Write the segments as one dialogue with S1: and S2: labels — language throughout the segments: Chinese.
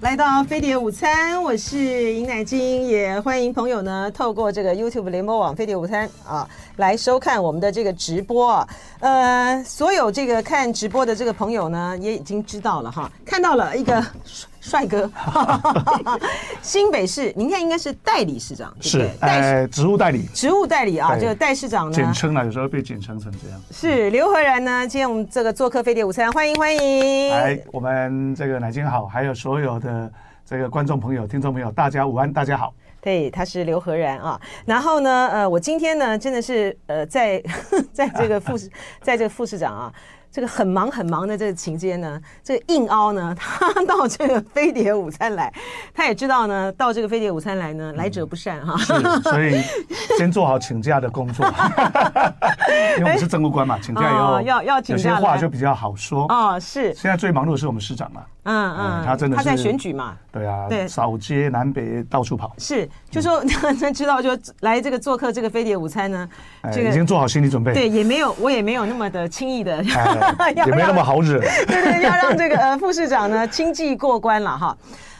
S1: 来到飞碟午餐，我是尹乃金，也欢迎朋友呢透过这个 YouTube 联播网飞碟午餐啊来收看我们的这个直播啊。呃，所有这个看直播的这个朋友呢，也已经知道了哈，看到了一个帅帅哥，新北市，您看应该是代理市长，对不
S2: 是
S1: 对，代市
S2: 呃，植物代理，
S1: 职务代理啊，
S2: 对
S1: 这个代市长呢，
S2: 简称啊呢，有时候被简称成这样。
S1: 是刘和然呢？今天我们这个做客飞碟午餐，欢迎欢迎。
S2: 哎，我们这个奶金好，还有所有的这个观众朋友、听众朋友，大家午安，大家好。
S1: 对，他是刘和然啊。然后呢，呃，我今天呢，真的是呃，在 在这个副 市，在这个副市长啊，这个很忙很忙的这个期间呢，这个硬凹呢，他到这个飞碟午餐来，他也知道呢，到这个飞碟午餐来呢，来者不善啊哈、
S2: 嗯是，所以先做好请假的工 作，因为我们是政务官嘛，请假以后、
S1: 哦要要请
S2: 有
S1: 假
S2: 些话
S1: 来
S2: 就比较好说。
S1: 哦，是，
S2: 现在最忙碌的是我们市长嘛，
S1: 嗯嗯，
S2: 嗯他真的
S1: 他在
S2: 是
S1: 选举嘛，
S2: 对啊，
S1: 对
S2: 扫街南北到处跑，
S1: 是，就
S2: 嗯
S1: 说那知道就来这个做客这个飞碟午餐呢，
S2: 哎，
S1: 这个
S2: 已经做好心理准备，
S1: 对，也没有，我也没有那么的轻易的，
S2: 哎
S1: 要
S2: 也没那
S1: 让
S2: 么好惹。
S1: 对对， 要让这个呃副市长呢经济过关了哈。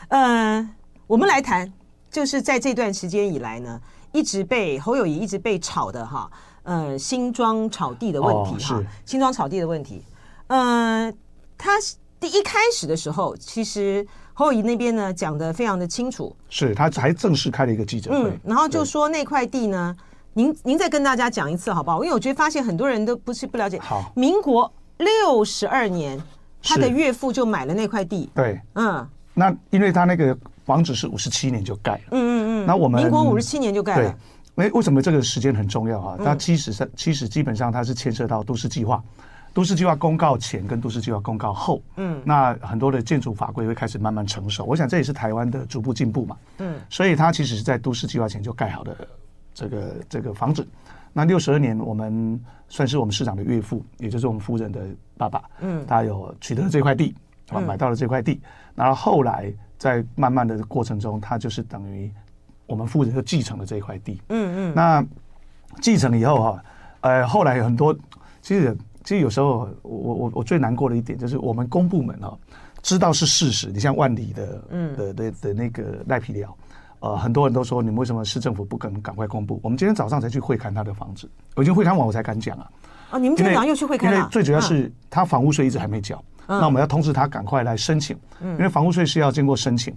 S1: 嗯、我们来谈，就是在这段时间以来呢，一直被侯友谊一直被炒的哈，呃，新庄炒地的问题哈，
S2: 哦是
S1: 新庄炒地的问题，嗯、他第一开始的时候，其实侯友谊那边呢讲的非常的清楚，
S2: 是他还正式开了一个记者会，
S1: 嗯，然后就说那块地呢，您您再跟大家讲一次好不好？因为我觉得发现很多人都不是不了解。
S2: 好
S1: 民国六十二年，他的
S2: 是
S1: 岳父就买了那块地。
S2: 对，
S1: 嗯
S2: 那因为他那个房子是五十七年就盖了，
S1: 嗯嗯嗯。
S2: 那我们
S1: 民国五十七年就盖
S2: 对
S1: 了。，
S2: 为为什么这个时间很重要啊？它其实上其实基本上它是牵涉到都市计划，都市计划公告前跟都市计划公告后，嗯，那很多的建筑法规会开始慢慢成熟。我想这也是台湾的逐步进步嘛，嗯，所以它其实是在都市计划前就盖好的这个这个房子。那六十二年，我们算是我们市长的岳父，也就是我们夫人的爸爸，嗯，他有取得了这块地，啊，买到了这块地，然后后来在慢慢的过程中，他就是等于我们夫人就继承了这块地，嗯嗯，那继承以后哈、呃，后来有很多，其实其实有时候我我我我最难过的一点就是我们公部门哈、知道是事实，你像万里的的的的那个赖皮寮。呃，很多人都说你们为什么市政府不肯赶快公布？我们今天早上才去会看他的房子，我已经会看完我才敢讲啊。
S1: 哦，你们今
S2: 因
S1: 天
S2: 为
S1: 早上又去会开了。
S2: 因为最主要
S1: 嗯
S2: 是他房屋税一直还没缴，那我们要通知他赶快来申请，
S1: 嗯
S2: 因为房屋税是要经过申请，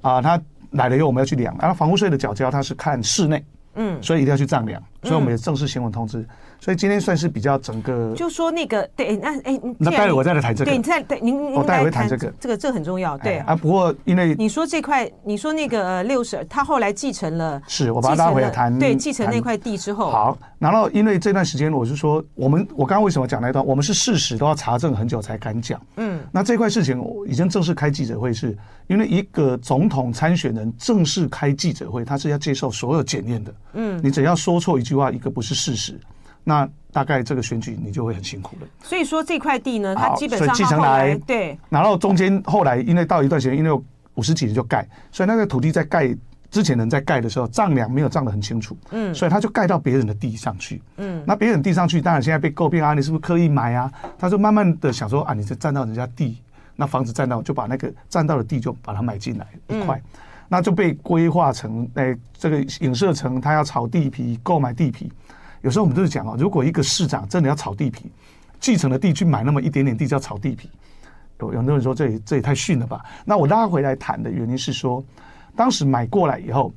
S2: 啊，他来了以后我们要去量，然啊后房屋税的缴交他是看室内，嗯，所以一定要去丈量，
S1: 嗯
S2: 所以我们也正式新闻通知，所以今天算是比较整个，
S1: 就说那个对，那哎，你既
S2: 那
S1: 然
S2: 待会
S1: 你
S2: 我再来谈这个
S1: 对，你再对，您您
S2: 我待会
S1: 来
S2: 会谈这个
S1: 这个这个很重要。对
S2: 哎，啊，不过因为
S1: 你说这块，你说那个六十，他后来继承了，
S2: 是我把它
S1: 继承
S2: 拉回来
S1: 了
S2: 谈
S1: 对，继承那
S2: 谈
S1: 块地之后，
S2: 好，然后因为这段时间，我是说，我们我刚刚为什么讲那一段，我们是事实都要查证很久才敢讲。嗯，那这块事情我已经正式开记者会是，因为一个总统参选人正式开记者会，他是要接受所有检验的。嗯，你只要说错一句话，一个不是事实，那大概这个选举你就会很辛苦了。
S1: 所以说这块地呢，它
S2: 好
S1: 基本
S2: 所以
S1: 上
S2: 继
S1: 它
S2: 承
S1: 后来
S2: 来
S1: 对，
S2: 然后中间后来因为到一段时间，因为五十几年就盖，所以那个土地在盖之前人在盖的时候，丈量没有丈得很清楚，嗯，所以他就盖到别人的地上去，嗯，那别人地上去，当然现在被诟病啊，你是不是刻意买啊？他就慢慢的想说啊，你这占到人家地，那房子占到就把那个占到的地就把它买进来一块。那就被规划成，哎、这个影射成他要炒地皮、购买地皮。有时候我们都是讲哦，如果一个市长真的要炒地皮，继承的地去买那么一点点地叫炒地皮，有有很多人说这也这也太逊了吧？那我拉回来谈的原因是说，当时买过来以后，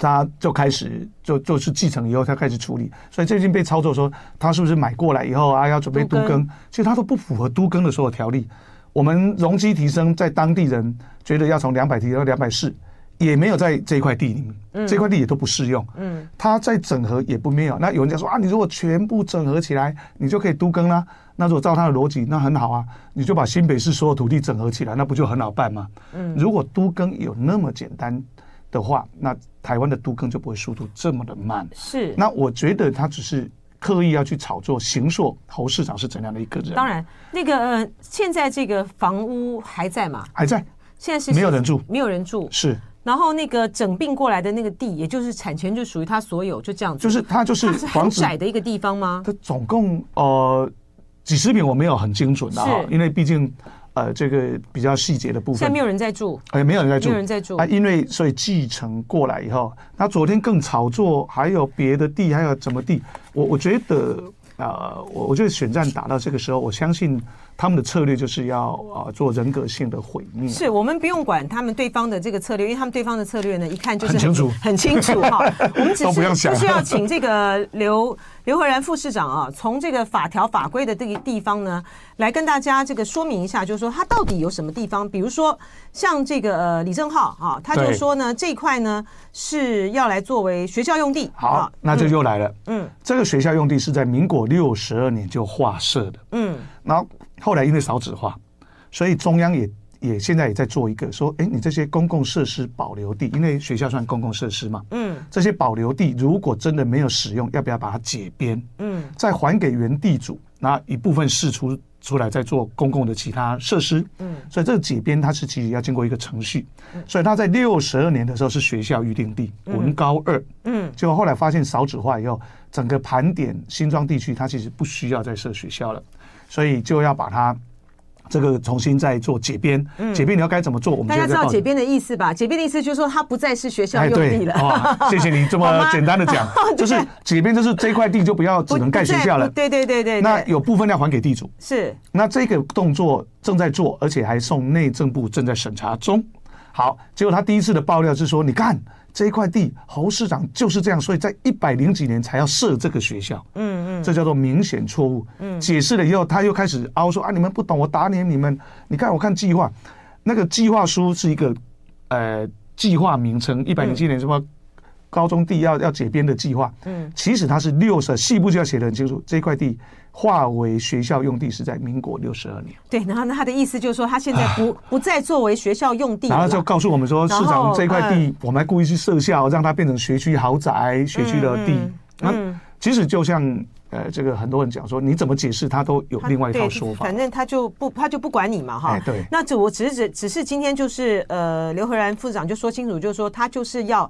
S2: 他就开始就就是继承以后，他开始处理，所以最近被操作说他是不是买过来以后啊要准备
S1: 都
S2: 都
S1: 更
S2: 更，其实他都不符合都更的所有条例。我们容积提升，在当地人觉得要从两百提到两百四，也没有在这一块地里面，
S1: 嗯
S2: 这块地也都不适用。嗯，它在整合也不没有。那有人家说啊，你如果全部整合起来，你就可以都更啦。那如果照他的逻辑，那很好啊，你就把新北市所有土地整合起来，那不就很好办吗？嗯，如果都更有那么简单的话，那台湾的都更就不会速度这么的慢。
S1: 是
S2: 那我觉得他只是刻意要去炒作邢硕侯市长是怎样的一个人，
S1: 当然，那个、呃、现在这个房屋还在嘛？
S2: 还在
S1: 现在是
S2: 没有人住
S1: 没有人住。
S2: 是。
S1: 然后那个整并过来的那个地，也就是产权就属于他所有，就这样子。
S2: 就是它就是
S1: 它是很
S2: 房子
S1: 窄的一个地方吗？
S2: 它总共呃几十平，我没有很精准的哈
S1: 是，
S2: 因为毕竟呃这个比较细节的部
S1: 现在
S2: 分
S1: 没。有人在住，
S2: 哎，没有人在住，
S1: 没有人在住
S2: 啊，因为所以继承过来以后，那昨天更炒作，还有别的地，还有怎么地，我我觉得，呃，我我觉得选战打到这个时候，我相信他们的策略就是要啊、呃做人格性的毁灭。
S1: 是我们不用管他们对方的这个策略，因为他们对方的策略呢，一看就是
S2: 很清楚
S1: 很清楚哈。 我们只
S2: 都不用
S1: 是
S2: 想
S1: 就是要请这个刘刘和然副市长啊，从这个法条法规的这个地方呢，来跟大家这个说明一下，就是说他到底有什么地方，比如说像这个呃李正浩啊，他就
S2: 对
S1: 说呢这一块呢是要来作为学校用地，
S2: 好
S1: 啊，
S2: 那这又来了。
S1: 嗯
S2: 这个学校用地是在民国六十二年就划设的，
S1: 嗯
S2: 然后后来因为少子化，所以中央也也现在也在做一个说，哎，你这些公共设施保留地，因为学校算公共设施嘛，
S1: 嗯
S2: 这些保留地如果真的没有使用，要不要把它解编，
S1: 嗯
S2: 再还给原地主，那一部分释出出来再做公共的其他设施？
S1: 嗯，
S2: 所以这个解编它是其实要经过一个程序，所以它在六十二年的时候是学校预定地，文高二。
S1: 嗯
S2: 结果后来发现少子化以后，整个盘点新庄地区，它其实不需要再设学校了，所以就要把它这个重新再做解编。解编你要该怎么做？我们
S1: 大家
S2: 现
S1: 知
S2: 在在
S1: 道
S2: 报纸
S1: 解编的意思吧？解编的意思就是说它不再是学校
S2: 哎，
S1: 用地
S2: 对，
S1: 了。
S2: 哇，谢谢你这
S1: 好
S2: 么
S1: 吗，
S2: 简单的 讲就是解编，就是这块地就不要只
S1: 不
S2: 能盖
S1: 不
S2: 学
S1: 再
S2: 校了
S1: 不。对对对对，
S2: 那
S1: 对
S2: 有部分要还给地主，
S1: 是
S2: 那这个动作正在做，而且还送内政部正在审查中。好，结果他第一次的爆料是说，你看这一块地，侯市长就是这样，所以在一百零几年才要设这个学校，
S1: 嗯嗯
S2: 这叫做明显错误。解释了以后，他又开始凹说啊，你们不懂，我打脸你们。你看，我看计划，那个计划书是一个呃计划名称，一百零七年什么高中地要要解编的计划，
S1: 嗯
S2: 其实它是六十细部就要写得很清楚，这块地划为学校用地是在民国六十二年，
S1: 对。然后他的意思就是说，他现在不不再作为学校用地了
S2: 啊然
S1: 啦，
S2: 后就告诉我们说，市
S1: 然后
S2: 长这块地我们还故意去设校，让它变成学区豪宅、学区的地。那
S1: 嗯，
S2: 其实就像呃，这个很多人讲说，你怎么解释它都有
S1: 他
S2: 另外一套
S1: 对
S2: 说法
S1: 反。正他就不他就不管你嘛哈
S2: 哎。对
S1: 那只我只是只只是今天就是呃，刘和然副长就说清楚，就是说他就是要。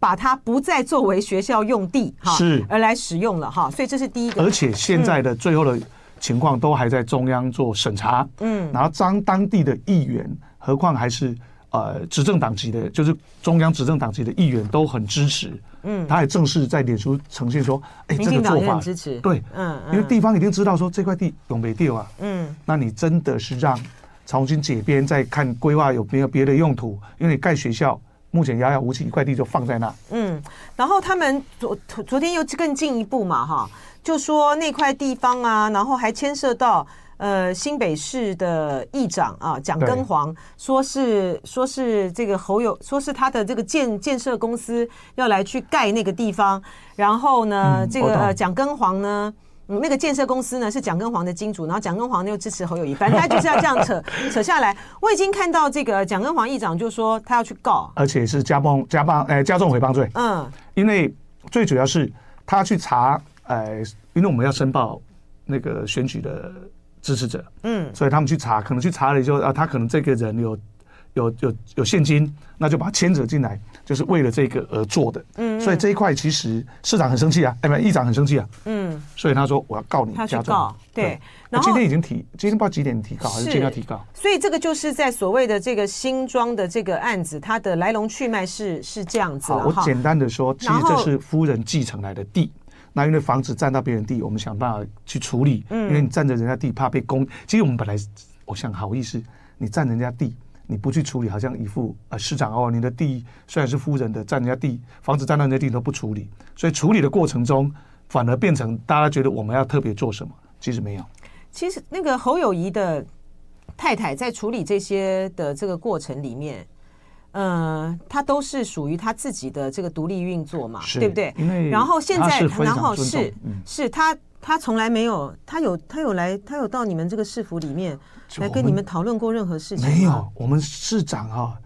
S1: 把它不再作为学校用地哈，
S2: 是哎
S1: 而来使用了哈，所以这是第一个
S2: 而且现在的最后的情况都还在中央做审查，
S1: 嗯
S2: 嗯，然后当当地的议员，何况还是呃执政党级的，就是中央执政党级的议员都很支持，嗯，他也正式在脸书呈现说，哎，
S1: 民
S2: 这
S1: 进
S2: 个
S1: 党
S2: 做
S1: 也很
S2: 法
S1: 支持
S2: 对，
S1: 嗯
S2: 因为地方已经知道说这块地有没地啊，
S1: 嗯
S2: 那你真的是让重新解编，再看规划有没有别的用途，因为你盖学校。目前遥遥无期，一块地就放在那，
S1: 嗯，然后他们昨昨昨天又更进一步嘛，哈，就说那块地方啊，然后还牵涉到呃新北市的议长啊蒋根煌，说是说是这个侯友，说是他的这个建建设公司要来去盖那个地方，然后呢，
S2: 嗯
S1: 这个
S2: 我懂
S1: 呃蒋根煌呢。嗯，那个建设公司呢是蒋根煌的金主，然后蒋根煌又支持侯友谊，反正他就是要这样 扯扯下来。我已经看到这个蒋根煌议长就说他要去告，
S2: 而且是加帮加帮，哎、加重诽谤罪。
S1: 嗯
S2: 因为最主要是他去查，呃，因为我们要申报那个选举的支持者，
S1: 嗯
S2: 所以他们去查，可能去查了就啊，他可能这个人有有有有现金，那就把他牵扯进来，就是为了这个而做的。嗯，所以这一块其实市长很生气啊，哎，不，议长很生气啊，
S1: 嗯。
S2: 所以他说我要告你
S1: 他
S2: 家
S1: 去
S2: 长。
S1: 告对然
S2: 那
S1: 后
S2: 今天已经提，今天不知道几点提告，还是今天要提告？
S1: 所以这个就是在所谓的这个新庄的这个案子，它的来龙去脉是是这样子
S2: 好，
S1: 了
S2: 我
S1: 哈。
S2: 简单的说，其实
S1: 然后
S2: 这是夫人继承来的地。那因为房子占到别人地，我们想办法去处理。
S1: 嗯
S2: 因为你占着人家地，怕被攻。其实我们本来，我想好意思，你占人家地，你不去处理，好像一副呃市长哦，你的地虽然是夫人的，占人家地，房子占到人家地你都不处理，所以处理的过程中，反而变成大家觉得我们要特别做什么，其实没有。
S1: 其实那个侯友谊的太太在处理这些的这个过程里面，呃，她都是属于她自己的这个独立运作嘛，
S2: 是
S1: 对不对
S2: 因？为
S1: 然后现
S2: 她
S1: 在
S2: 是，非
S1: 然
S2: 常
S1: 后
S2: 尊
S1: 是
S2: 重嗯
S1: 是她。她从来没有，她有，她有来，她有到你们这个市府里面
S2: 就
S1: 来
S2: 我
S1: 跟你
S2: 们
S1: 们讨论过任何事情吗
S2: 没有，我们市长哈、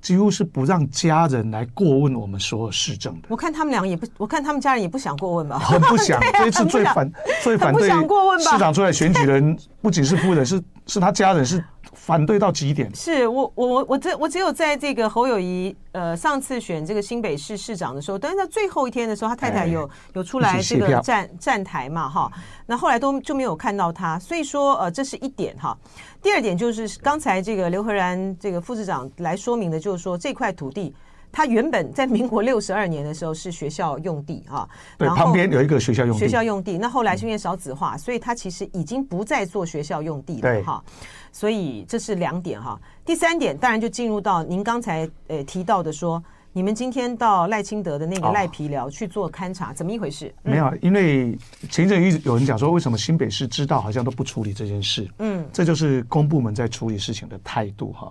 S2: 几乎是不让家人来过问我们所有市政的。
S1: 我看他们俩也不，我看他们家人也不想过问吧。
S2: 很不想，这一次
S1: 啊很不
S2: 最
S1: 想
S2: 反最反
S1: 很不
S2: 对
S1: 想过问吧
S2: 市长出来选举的人，不仅是夫人，是是他家人是反对到极点。
S1: 是我我我我只我只有在这个侯友谊呃上次选这个新北市市长的时候，但是在最后一天的时候，他太太有、
S2: 哎
S1: 有出来
S2: 一
S1: 这
S2: 起卸
S1: 个
S2: 票
S1: 站站台嘛哈，那后来都就没有看到他，所以说呃这是一点哈。第二点就是刚才这个刘和然这个副市长来说明的，就是说这块土地。它原本在民国六十二年的时候是学校用地啊，
S2: 对，
S1: 然后
S2: 旁边有一个学校用地，嗯
S1: 学校用地，那后来是因为少子化，所以它其实已经不再做学校用地了
S2: 对
S1: 哈。所以这是两点哈。第三点当然就进入到您刚才呃提到的说，你们今天到赖清德的那个
S2: 哦
S1: 赖皮寮去做勘察，怎么一回事？
S2: 没有，啊因为前一阵一直有人讲说，为什么新北市知道好像都不处理这件事？
S1: 嗯，
S2: 这就是公部门在处理事情的态度哈。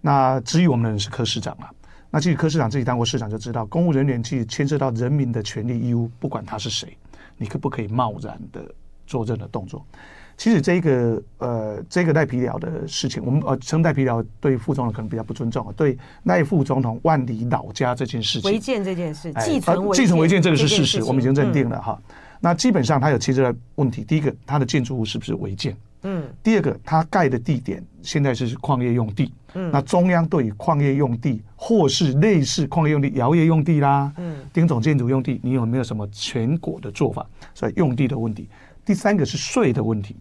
S2: 那至于我们的人是柯市长了，那至于柯市长自己当过市长就知道，公务人员其实牵涉到人民的权利义务，不管他是谁，你可不可以贸然的做任何动作？其实这个呃，这个赖皮寮的事情，我们呃称赖皮寮对副总统可能比较不尊重，啊对赖副总统万里老家这件事情，
S1: 违建这件事，
S2: 哎
S1: 继承
S2: 呃
S1: 违
S2: 继承违建这个是
S1: 件
S2: 事
S1: 事
S2: 实，
S1: 情嗯
S2: 我们已经认定了哈。那基本上它有牵涉到问题，第一个，它的建筑物是不是违建？
S1: 嗯
S2: 第二个，它盖的地点现在是矿业用地，
S1: 嗯
S2: 那中央对于矿业用地或是类似矿业用地、窑业用地啦，
S1: 嗯
S2: 丁总建筑用地，你有没有什么全国的做法？所以用地的问题，第三个是税的问题，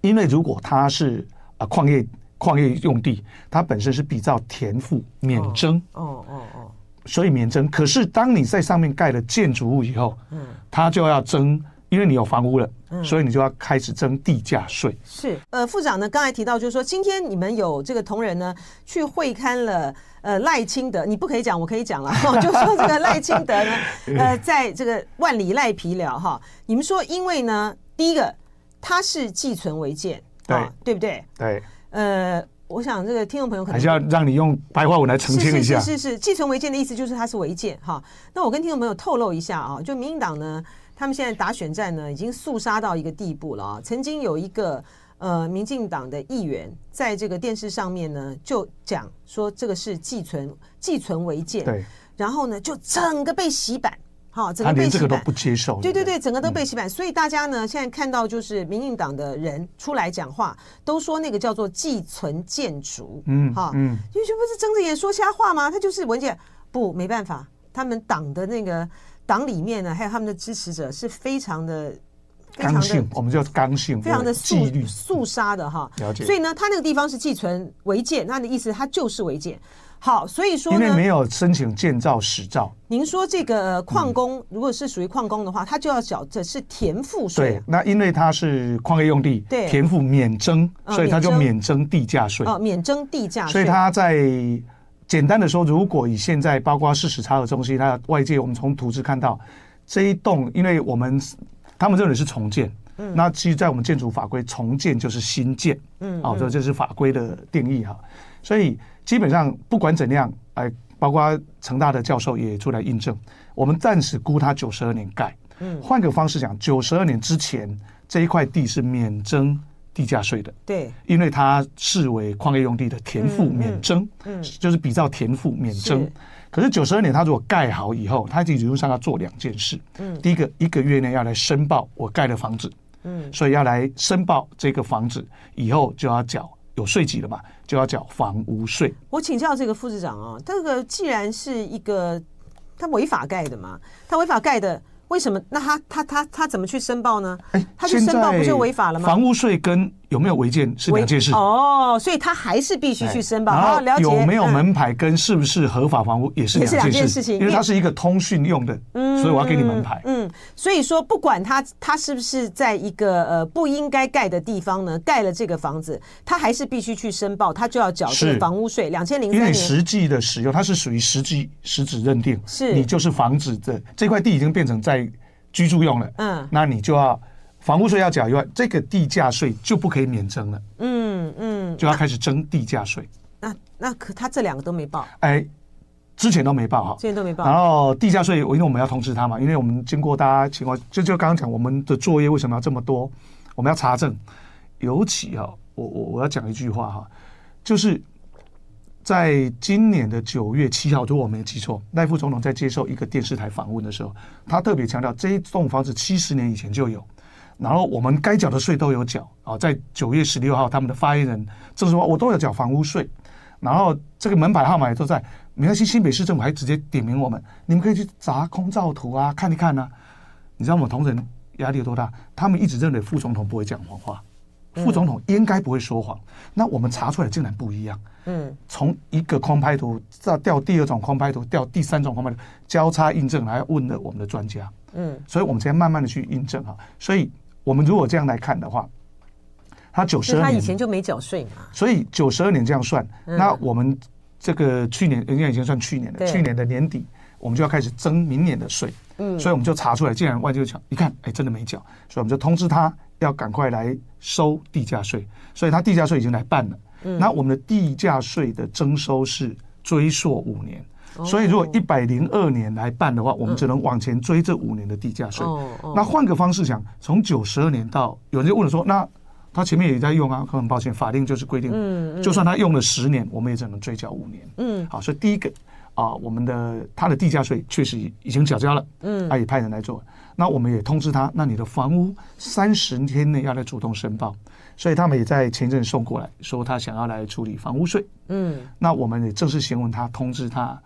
S2: 因为如果它是啊、呃矿业矿业用地，它本身是比照田赋免征。
S1: 哦哦哦，
S2: 所以免征。可是当你在上面盖了建筑物以后，
S1: 嗯
S2: 它就要征，因为你有房屋了，所以你就要开始征地价税。
S1: 是呃，副长呢刚才提到，就是说今天你们有这个同仁呢去会刊了呃赖清德，你不可以讲，我可以讲了， 哈就说这个赖清德呢，
S2: 嗯
S1: 呃，在这个万里赖皮寮哈，你们说因为呢，第一个他是寄存违建，啊，对不对？
S2: 对，
S1: 呃，我想这个听众朋友可
S2: 还
S1: 能
S2: 是要让你用白话文来澄清一下。
S1: 是是是是是，继承违建的意思就是它是违建哈。那我跟听众朋友透露一下啊，就民进党呢，他们现在打选战呢，已经肃杀到一个地步了啊。曾经有一个呃，民进党的议员在这个电视上面呢，就讲说这个是寄存寄存违建，
S2: 对，
S1: 然后呢，就整个被洗版，哈，整
S2: 他
S1: 个被
S2: 连
S1: 洗
S2: 这个
S1: 版。
S2: 都不嗯接受。
S1: 对对
S2: 不
S1: 对，整个都被洗版。所以大家呢，现在看到就是民进党的人出来讲话，都说那个叫做寄存建筑，
S2: 嗯
S1: 哈，
S2: 嗯
S1: 因为这不是睁着眼说瞎话吗？他就是文件不没办法，他们党的那个党里面呢，还有他们的支持者是非常的非常
S2: 刚
S1: 的
S2: 性，我们叫刚性，
S1: 非常的
S2: 纪律
S1: 肃。肃杀的哈。
S2: 了解
S1: 所以呢，他那个地方是寄存违建，那你的意思他就是违建。好，所以说
S2: 因为
S1: 呢，
S2: 没有申请建造实照，
S1: 您说这个呃矿工如果是属于矿工的话，他就要缴的是田赋税
S2: 对
S1: 啊，，
S2: 那因为它是矿业用地，
S1: 对
S2: 田赋免征，
S1: 呃
S2: 所以它就
S1: 免
S2: 免征地价税。
S1: 哦，免征地价
S2: 所以
S1: 税。
S2: 他在简单的说，如果以现在包括事实差额中心，它外界我们从图纸看到这一栋，因为我们他们认为是重建，那其实，在我们建筑法规，重建就是新建，嗯，哦，这这是法规的定义哈、所以基本上不管怎样，哎，包括成大的教授也出来印证，我们暂时估它九十二年盖，嗯，换个方式讲，九十二年之前这一块地是免征地价税的，
S1: 对，
S2: 因为它视为矿业用地的田赋免征，就是比照田赋免征
S1: 嗯是。
S2: 可是九十二年，它如果盖好以后，它理论上要做两件事。
S1: 嗯
S2: 第一个，一个月内要来申报我盖的房子，
S1: 嗯
S2: 所以要来申报这个房子以后就要缴有税级了嘛，就要缴房屋税。
S1: 我请教这个副市长啊，这个既然是一个他违法盖的嘛，他违法盖的，为什么？那他他他他怎么去申报呢？哎他去
S2: 现
S1: 申报
S2: 在
S1: 不就违法了吗？
S2: 房屋税跟有没有违建是两件事。哎
S1: 哦，所以他还是必须去申报。
S2: 然
S1: 好，
S2: 后
S1: 了解
S2: 有没有
S1: 嗯
S2: 门牌跟是不是合法房屋也是
S1: 也是
S2: 两
S1: 两件
S2: 件
S1: 事
S2: 事
S1: 情
S2: 因为它是一个通讯用的，所以我要给你门牌。
S1: 嗯，所以说不管他他是不是在一个呃不应该盖的地方呢，盖了这个房子，他还是必须去申报，他就要缴这个
S2: 是
S1: 房屋税，两千零
S2: 因为
S1: 三
S2: 你
S1: 年。
S2: 实际的使用，它是属于实际实质认定，
S1: 是
S2: 你就是房子的这块地已经变成在居住用了，
S1: 嗯
S2: 那你就要房屋税要缴以外，这个地价税就不可以免征了，
S1: 嗯嗯，
S2: 就要开始征地价税。
S1: 那那可他这两个都没报，
S2: 哎，之前都没报哈，
S1: 之前都没报
S2: 然。后地价税，我因为我们要通知他嘛，因为我们经过大家情况，就就刚刚讲我们的作业为什么要这么多，我们要查证。尤其哈、我我我要讲一句话哈、就是在今年的九月七号，如果我没记错，赖副总统在接受一个电视台访问的时候，他特别强调这一栋房子七十年以前就有。然后我们该缴的税都有缴啊，在九月十六号，他们的发言人郑说，我都有缴房屋税，然后这个门牌号码也都在。没关系，新北市政府还直接点名我们，你们可以去查空照图啊，看一看啊。你知道我们同仁压力有多大？他们一直认为副总统不会讲谎话，
S1: 嗯
S2: 副总统应该不会说谎。那我们查出来竟然不一样，
S1: 嗯，
S2: 从一个空拍图到调第二种空拍图，调第三种空拍图，交叉印证，还要问了我们的专家，
S1: 嗯，
S2: 所以我们才慢慢的去印证啊。所以我们如果这样来看的话，他九十
S1: 是
S2: 二
S1: 他以
S2: 年，
S1: 前就没缴税嘛，
S2: 所以九十二年这样算，那我们这个去年，人家已经算去年的，
S1: 嗯对
S2: 去年的年底我们就要开始征明年的税，
S1: 嗯
S2: 所以我们就查出来，竟然外界就讲，一看，哎，真的没缴，所以我们就通知他要赶快来收地价税，所以他地价税已经来办了，
S1: 嗯
S2: 那我们的地价税的征收是追溯五年。
S1: 哦
S2: 所以，如果一百零二年来办的话，我们只能往前追这五年的地价税。
S1: 哦哦
S2: 那换个方式讲，从九十二年到，有人就问了说，那他前面也在用啊，可很抱歉，法令就是规定，就算他用了十年，我们也只能追缴五年。
S1: 嗯，
S2: 好，所以第一个啊，我们的他的地价税确实已经缴交了，
S1: 嗯，
S2: 他也派人来做，那我们也通知他，那你的房屋三十天内要来主动申报，所以他们也在前阵送过来说他想要来处理房屋税，
S1: 嗯
S2: 那我们也正式询问他，通知他，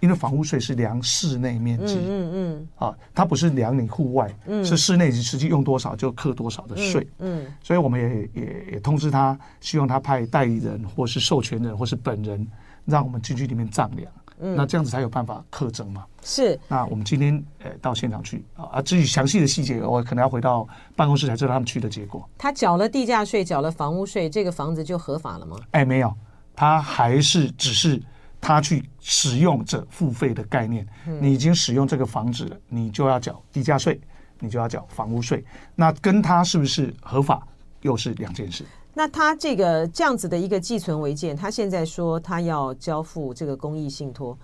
S2: 因为房屋税是量室内面积，
S1: 嗯嗯
S2: 啊，它不是量你户外，是室内实际用多少就课多少的税。
S1: 嗯
S2: 所以我们也也也通知他，希望他派代理人或是授权人或是本人，让我们进去里面丈量。那这样子才有办法课征嘛。
S1: 是
S2: 那我们今天呃到现场去啊，啊至于详细的细节，我可能要回到办公室才知道他们去的结果。
S1: 他缴了地价税，缴了房屋税，这个房子就合法了吗？
S2: 哎，没有，他还是只是他去使用者付费的概念。你已经使用这个房子了，你就要缴地价税，你就要缴房屋税。那跟他是不是合法又是两件事。
S1: 那他这个这样子的一个寄存违建，他现在说他要交付这个公益信托，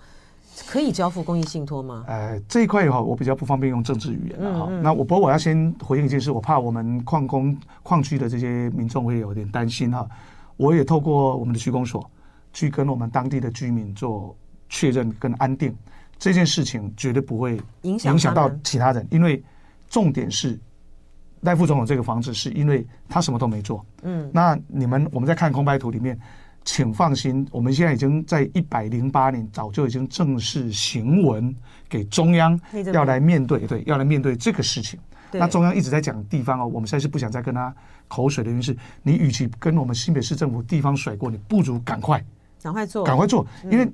S1: 可以交付公益信托吗？
S2: 呃，这一块哈，我比较不方便用政治语言了哈。那我不过我要先回应一件事，我怕我们矿工矿区的这些民众会有点担心哈。我也透过我们的区公所去跟我们当地的居民做确认跟安定，这件事情绝对不会
S1: 影响
S2: 影响
S1: 他
S2: 到
S1: 们
S2: 其他人，因为重点是赖副总统这个房子是因为他什么都没做。
S1: 嗯，
S2: 那你们我们在看空白图里面，请放心，我们现在已经在一百零八年早就已经正式行文给中央
S1: 内政部
S2: 要来面对，对，要来面对这个事情。
S1: 对
S2: 那中央一直在讲地方哦，我们现在是不想再跟他口水的原因是，你与其跟我们新北市政府地方甩锅，你不如赶快
S1: 赶快做，嗯
S2: 赶快做，因为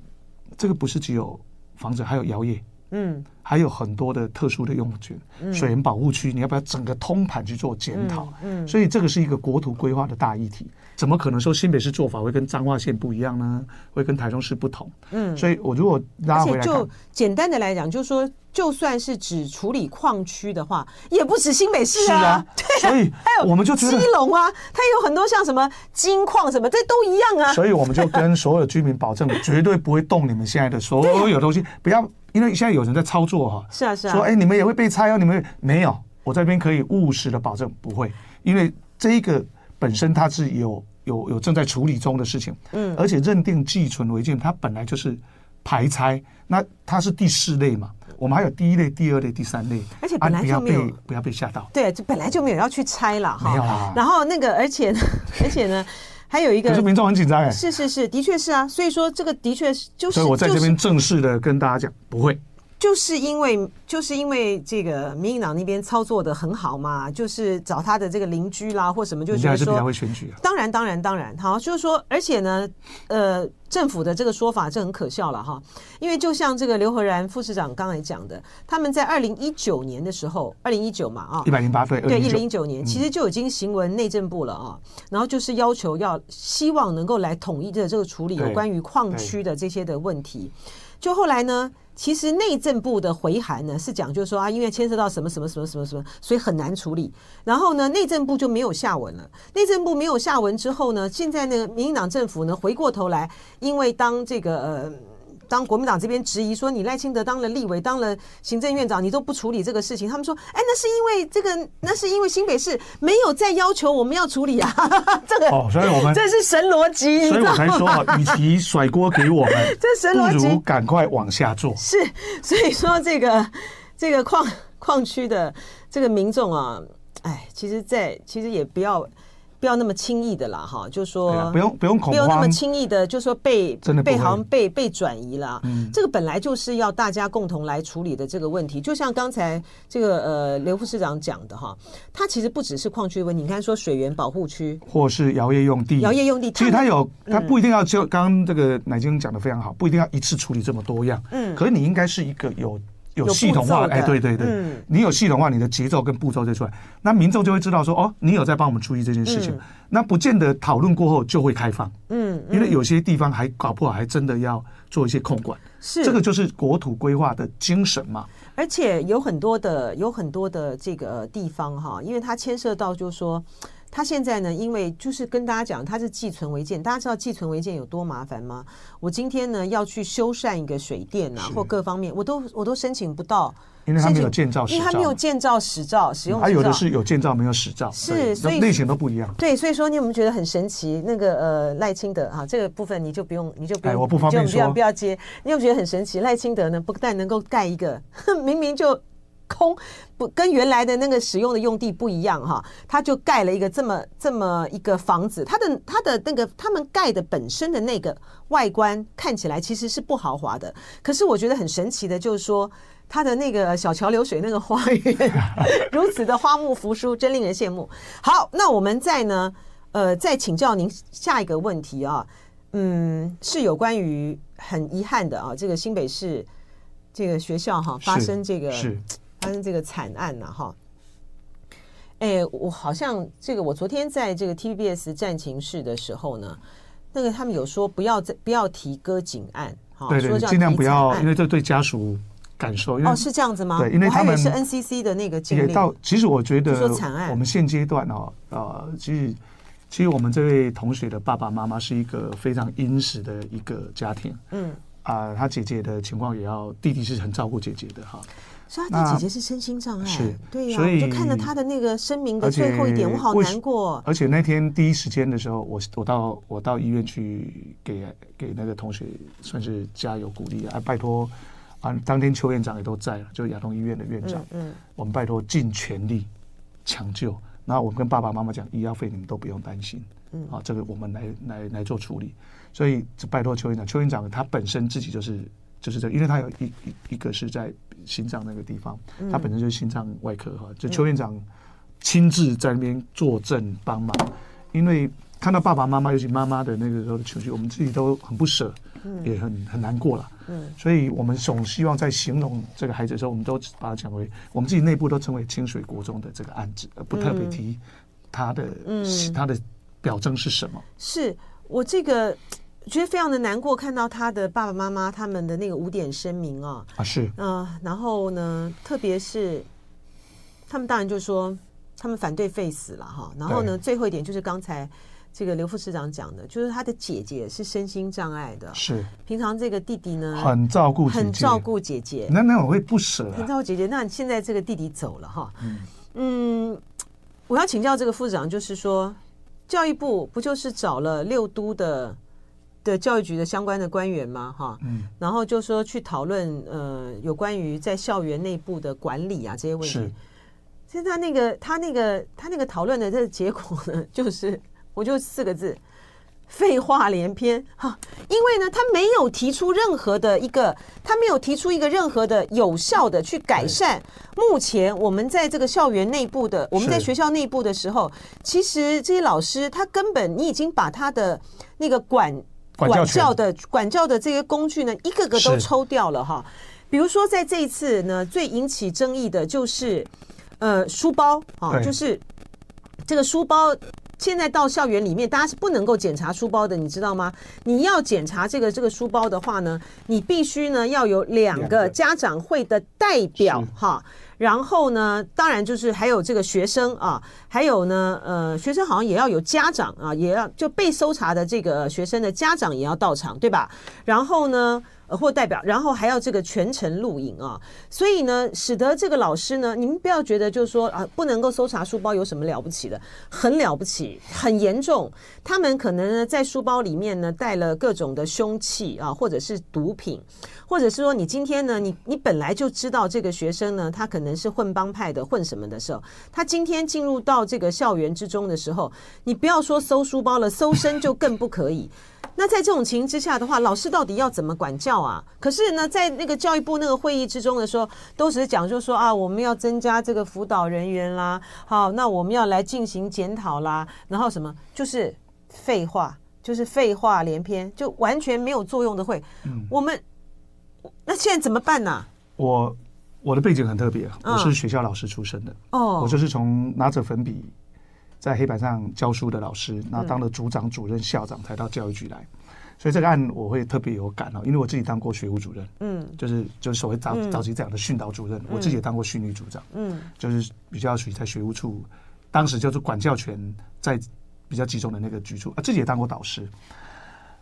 S2: 这个不是只有房子，还有摇业。
S1: 嗯
S2: 还有很多的特殊的用具，水源保护区，你要不要整个通盘去做检讨？
S1: 嗯
S2: 所以这个是一个国土规划的大议题，怎么可能说新北市做法会跟彰化县不一样呢？会跟台中市不同？
S1: 嗯。
S2: 所以我如果拉
S1: 而
S2: 回
S1: 且
S2: 来看
S1: 就，简单的来讲，就是说，就算是只处理矿区的话，也不止新北市
S2: 是啊
S1: 啊，，
S2: 所以
S1: 还有
S2: 我们就觉
S1: 基
S2: 得。
S1: 隆啊，它有很多像什么金矿什么，这都一样啊。
S2: 所以我们就跟所有的居民保证，绝对不会动你们现在的所有东西，不要，因为现在有人在操作哈、
S1: 是啊，是啊。
S2: 说，哎、你们也会被拆哦，你们没有，我这边可以务实的保证不会，因为这一个本身它是有有有正在处理中的事情，嗯，而且认定寄存违建，它本来就是排拆，那它是第四类嘛，我们还有第一类、第二类、第三类，
S1: 而且本来
S2: 啊、不要
S1: 就没有
S2: 被不要被吓到，
S1: 对，就本来就没有要去拆了哈。
S2: 没有啦
S1: 然后那个，而且呢， 而且呢，还有一
S2: 可
S1: 个
S2: 是民众很紧张哎，
S1: 是是是，的确是啊。所以说这个的确是就是，
S2: 所以我在这边
S1: 就是
S2: 正式的跟大家讲，不会，
S1: 就是因为就是因为这个民进党那边操作的很好嘛，就是找他的这个邻居啦或什么，就
S2: 人
S1: 觉
S2: 家还
S1: 得
S2: 是比较
S1: 说
S2: 会选举啊。
S1: 当然，当然，当然，好，就是说，而且呢，呃，政府的这个说法这很可笑了哈，因为就像这个刘和然副市长刚才讲的，他们在二零一九年的时候，二零一九嘛啊
S2: 一，百零八对，
S1: 对，一
S2: 209
S1: 零一九嗯年其实就已经行文内政部了啊，然后就是要求要希望能够来统一的这个处理有
S2: 对
S1: 关于矿区的这些的问题。就后来呢，其实内政部的回函呢是讲，就是说啊，因为牵涉到什么什么什么什么什么，所以很难处理。然后呢，内政部就没有下文了。内政部没有下文之后呢，现在呢，民进党政府呢回过头来，因为当这个呃。当国民党这边质疑说你赖清德当了立委，当了行政院长，你都不处理这个事情，他们说，哎，那是因为这个，那是因为新北市没有再要求我们要处理啊， 这个、
S2: 哦所以我 们
S1: 这是神逻辑，你
S2: 所
S1: 知
S2: 以
S1: 道
S2: 我才说啊，与其甩锅给我们
S1: 这神，逻
S2: 不
S1: 辑
S2: 如赶快往下做。
S1: 是， 所以说这个这个矿矿区的这个民众啊，哎，其实在，其实也不要不要那么轻易的啦，哈，就说、
S2: 对啊不用不用恐
S1: 不用那么
S2: 慌
S1: 轻易的，就说被
S2: 真的不
S1: 被
S2: 会嗯
S1: 好像被被转移了、这个本来就是要大家共同来处理的这个问题。就像刚才这个呃刘副市长讲的哈，它其实不只是矿区问题，你看说水源保护区，
S2: 或是摇曳用地。
S1: 摇曳用地嗯
S2: 其实
S1: 他
S2: 它
S1: 们
S2: 有，它不一定要就刚刚这个奶精讲的非常好，不一定要一次处理这么多样。嗯，可是你应该是一个有有
S1: 有
S2: 系统
S1: 步
S2: 化
S1: 骤
S2: 的，
S1: 的
S2: 哎，对对对，
S1: 嗯
S2: 你有系统化，你的节奏跟步骤就出来，那民众就会知道说，哦，你有在帮我们注意这件事情。那不见得讨论过后就会开放，
S1: 嗯，
S2: 因为有些地方还搞不好还真的要做一些控管，
S1: 是
S2: 这个就是国土规划的精神嘛。
S1: 而且有很多的有很多的这个地方哈，因为它牵涉到就是说，它现在呢，因为就是跟大家讲，它是寄存违建，大家知道寄存违建有多麻烦吗？我今天呢要去修缮一个水电啊，或各方面，我都我都申请不到，
S2: 因为它
S1: 申
S2: 没有
S1: 请
S2: 建造
S1: 因为它
S2: 实
S1: 没
S2: 照嗯
S1: 有建造实照使用
S2: 还
S1: 执
S2: 有的
S1: 照
S2: 是有建造没有实照，
S1: 是
S2: 对
S1: 所以
S2: 类型都不一样。
S1: 对，所以说你有没有觉得很神奇？那个呃，赖清德啊，这个部分你就不用，你就不用，
S2: 哎我不方便
S1: 你就不要
S2: 说
S1: 不要接。你有没有觉得很神奇？赖清德呢，不但能够盖一个， 明明就空，不跟原来的那个使用的用地不一样哈，他就盖了一个这么这么一个房子。他的他的那个他们盖的本身的那个外观看起来其实是不豪华的，可是我觉得很神奇的，就是说。他的那个小桥流水那个花园 如此的花木扶疏，真令人羡慕。好，那我们再呢，呃，再请教您下一个问题啊，嗯，是有关于很遗憾的啊，这个新北市这个学校哈、发
S2: 是
S1: 生这个
S2: 是
S1: 发生这个惨案呐、哈。哎，我好像这个，我昨天在这个 TBS 战情室的时候呢，那个他们有说不要再不要提割颈案，哈，
S2: 对对
S1: 啊说
S2: 对，
S1: 叫
S2: 尽量
S1: 提
S2: 不
S1: 惨
S2: 要，
S1: 案
S2: 因为这对家属感受，因为
S1: 哦，是这样子吗？
S2: 对因为
S1: 我还
S2: 他
S1: 以
S2: 们
S1: 是 NCC 的那个禁
S2: 也
S1: 令，
S2: 到，其实我觉
S1: 就
S2: 得
S1: 说惨案
S2: 我们现阶段哦，呃，其实其实我们这位同学的爸爸妈妈是一个非常殷实的一个家庭
S1: 嗯，
S2: 啊、他姐姐的情况也要，弟弟是很照顾姐姐的哈，
S1: 所以他的
S2: 那
S1: 姐姐是身心障碍，
S2: 是
S1: 对呀、
S2: 所以
S1: 我就看了他的那个声明的
S2: 而且
S1: 最后一点，我好
S2: 为什
S1: 难过。
S2: 而且那天第一时间的时候，我我到我到医院去给给那个同学算是加油鼓励啊，拜托啊，当天邱院长也都在了，就是亚东医院的院长，
S1: 嗯，
S2: 我们拜托尽全力抢救。那我们跟爸爸妈妈讲，医药费你们都不用担心，嗯，啊，这个我们来来来做处理。所以就拜托邱院长，邱院长他本身自己就是就是这个因为他有一一一个是在心脏那个地方，他本身就是心脏外科哈，就邱院长亲自在那边坐镇帮忙，因为看到爸爸妈妈，尤其妈妈的那个时候的情绪，我们自己都很不舍，也很很难过了。所以我们总希望在形容这个孩子的时候，我们都把它讲为我们自己内部都称为清水国中的这个案子，而不特别
S1: 嗯
S2: 提他的、他的表征是什么。
S1: 是我这个觉得非常的难过，看到他的爸爸妈妈他们的那个五点声明啊，
S2: 啊，是
S1: 嗯、然后呢，特别是他们当然就说他们反对 face 了哈，然后呢，最后一点就是刚才这个刘副市长讲的，就是他的姐姐是身心障碍的，
S2: 是，
S1: 平常这个弟弟呢
S2: 很照顾姐姐，
S1: 很照顾姐姐，
S2: 那那我会不舍、
S1: 很
S2: 啊。
S1: 照顾姐姐。那你现在这个弟弟走了哈，嗯，我要请教这个副长，就是说，教育部不就是找了六都的的教育局的相关的官员吗？哈，
S2: 嗯，
S1: 然后就说去讨论呃有关于在校园内部的管理啊这些问
S2: 是
S1: 题。其实他那个他那个他那个讨论的这个结果呢， 就是我就四个字。废话连篇哈，因为呢，他没有提出任何的一个，他没有提出一个任何的有效的去改善。目前我们在这个校园内部的，我们在
S2: 是
S1: 学校内部的时候，其实这些老师他根本你已经把他的那个管
S2: 管教权
S1: 教的管教的这些工具呢，一个个都
S2: 是
S1: 抽掉了哈。比如说在这一次呢，最引起争议的就是呃书包啊，
S2: 对
S1: 就是这个书包。现在到校园里面，大家是不能够检查书包的，你知道吗？你要检查这个这个书包的话呢，你必须呢要有两
S2: 两
S1: 个
S2: 个
S1: 家长会的代表
S2: 是
S1: 哈，然后呢，当然就是还有这个学生啊，还有呢，呃，学生好像也要有家长啊，也要就被搜查的这个学生的家长也要到场，对吧？然后呢，呃或代表，然后还要这个全程录影啊，所以呢，使得这个老师呢，你们不要觉得就是说啊，不能够搜查书包有什么了不起的，很了不起，很严重。他们可能呢在书包里面呢带了各种的凶器啊，或者是毒品，或者是说你今天呢，你你本来就知道这个学生呢，他可能是混帮派的，混什么的时候，他今天进入到这个校园之中的时候，你不要说搜书包了，搜身就更不可以。那在这种情形之下的话，老师到底要怎么管教啊？可是呢，在那个教育部那个会议之中的时候，都只是讲就说啊，我们要增加这个辅导人员啦，好，那我们要来进行检讨啦，然后什么就是废话，就是废话连篇，就完全没有作用的会。
S2: 嗯
S1: 我们那现在怎么办呢、
S2: 我我的背景很特别，
S1: 嗯
S2: 我是学校老师出身的，
S1: 哦
S2: 我就是从拿着粉笔在黑板上教书的老师，那当了组长、主任、校长，才到教育局来。所以这个案我会特别有感哦，因为我自己当过学务主任，
S1: 嗯
S2: 就是就是所谓早早期讲的训导主任，我自己也当过训育组长，
S1: 嗯，
S2: 就是比较属于在学务处，当时就是管教权在比较集中的那个局处，啊，自己也当过导师。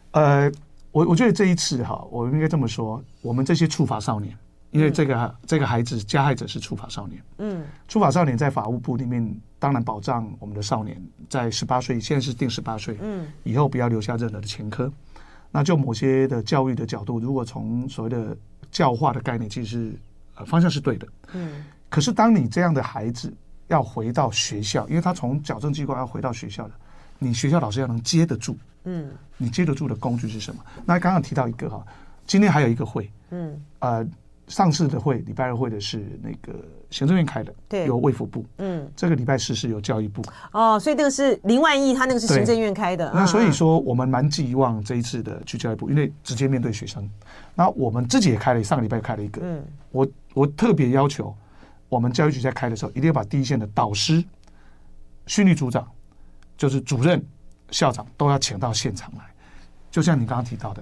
S2: 呃，我我觉得这一次哈，我应该这么说，我们这些触法少年，因为这个、这个孩子加害者是触法少年，
S1: 嗯，
S2: 触法少年在法务部里面，当然保障我们的少年在十八岁，现在是定十八岁，嗯，以后不要留下任何的前科。那就某些的教育的角度，如果从所谓的教化的概念，其实是呃方向是对的，嗯。可是当你这样的孩子要回到学校，因为他从矫正机关要回到学校了，你学校老师要能接得住，
S1: 嗯，
S2: 你接得住的工具是什么？那刚刚提到一个哈，今天还有一个会，
S1: 嗯，
S2: 呃，上次的会，礼拜二会的是那个行政院开的，
S1: 对
S2: 有卫福部，
S1: 嗯，
S2: 这个礼拜四是有教育部，
S1: 哦，所以那个是林万亿，他那个是
S2: 对
S1: 行政院开的。
S2: 那
S1: 嗯
S2: 所以
S1: 嗯
S2: 说我们蛮寄望这一次的去教育部，因为直接面对学生。那我们自己也开了，上个礼拜开了一个，
S1: 嗯
S2: 我我特别要求我们教育局在开的时候，一定要把第一线的导师、训育组长，就是主任、校长都要请到现场来。就像你刚刚提到的，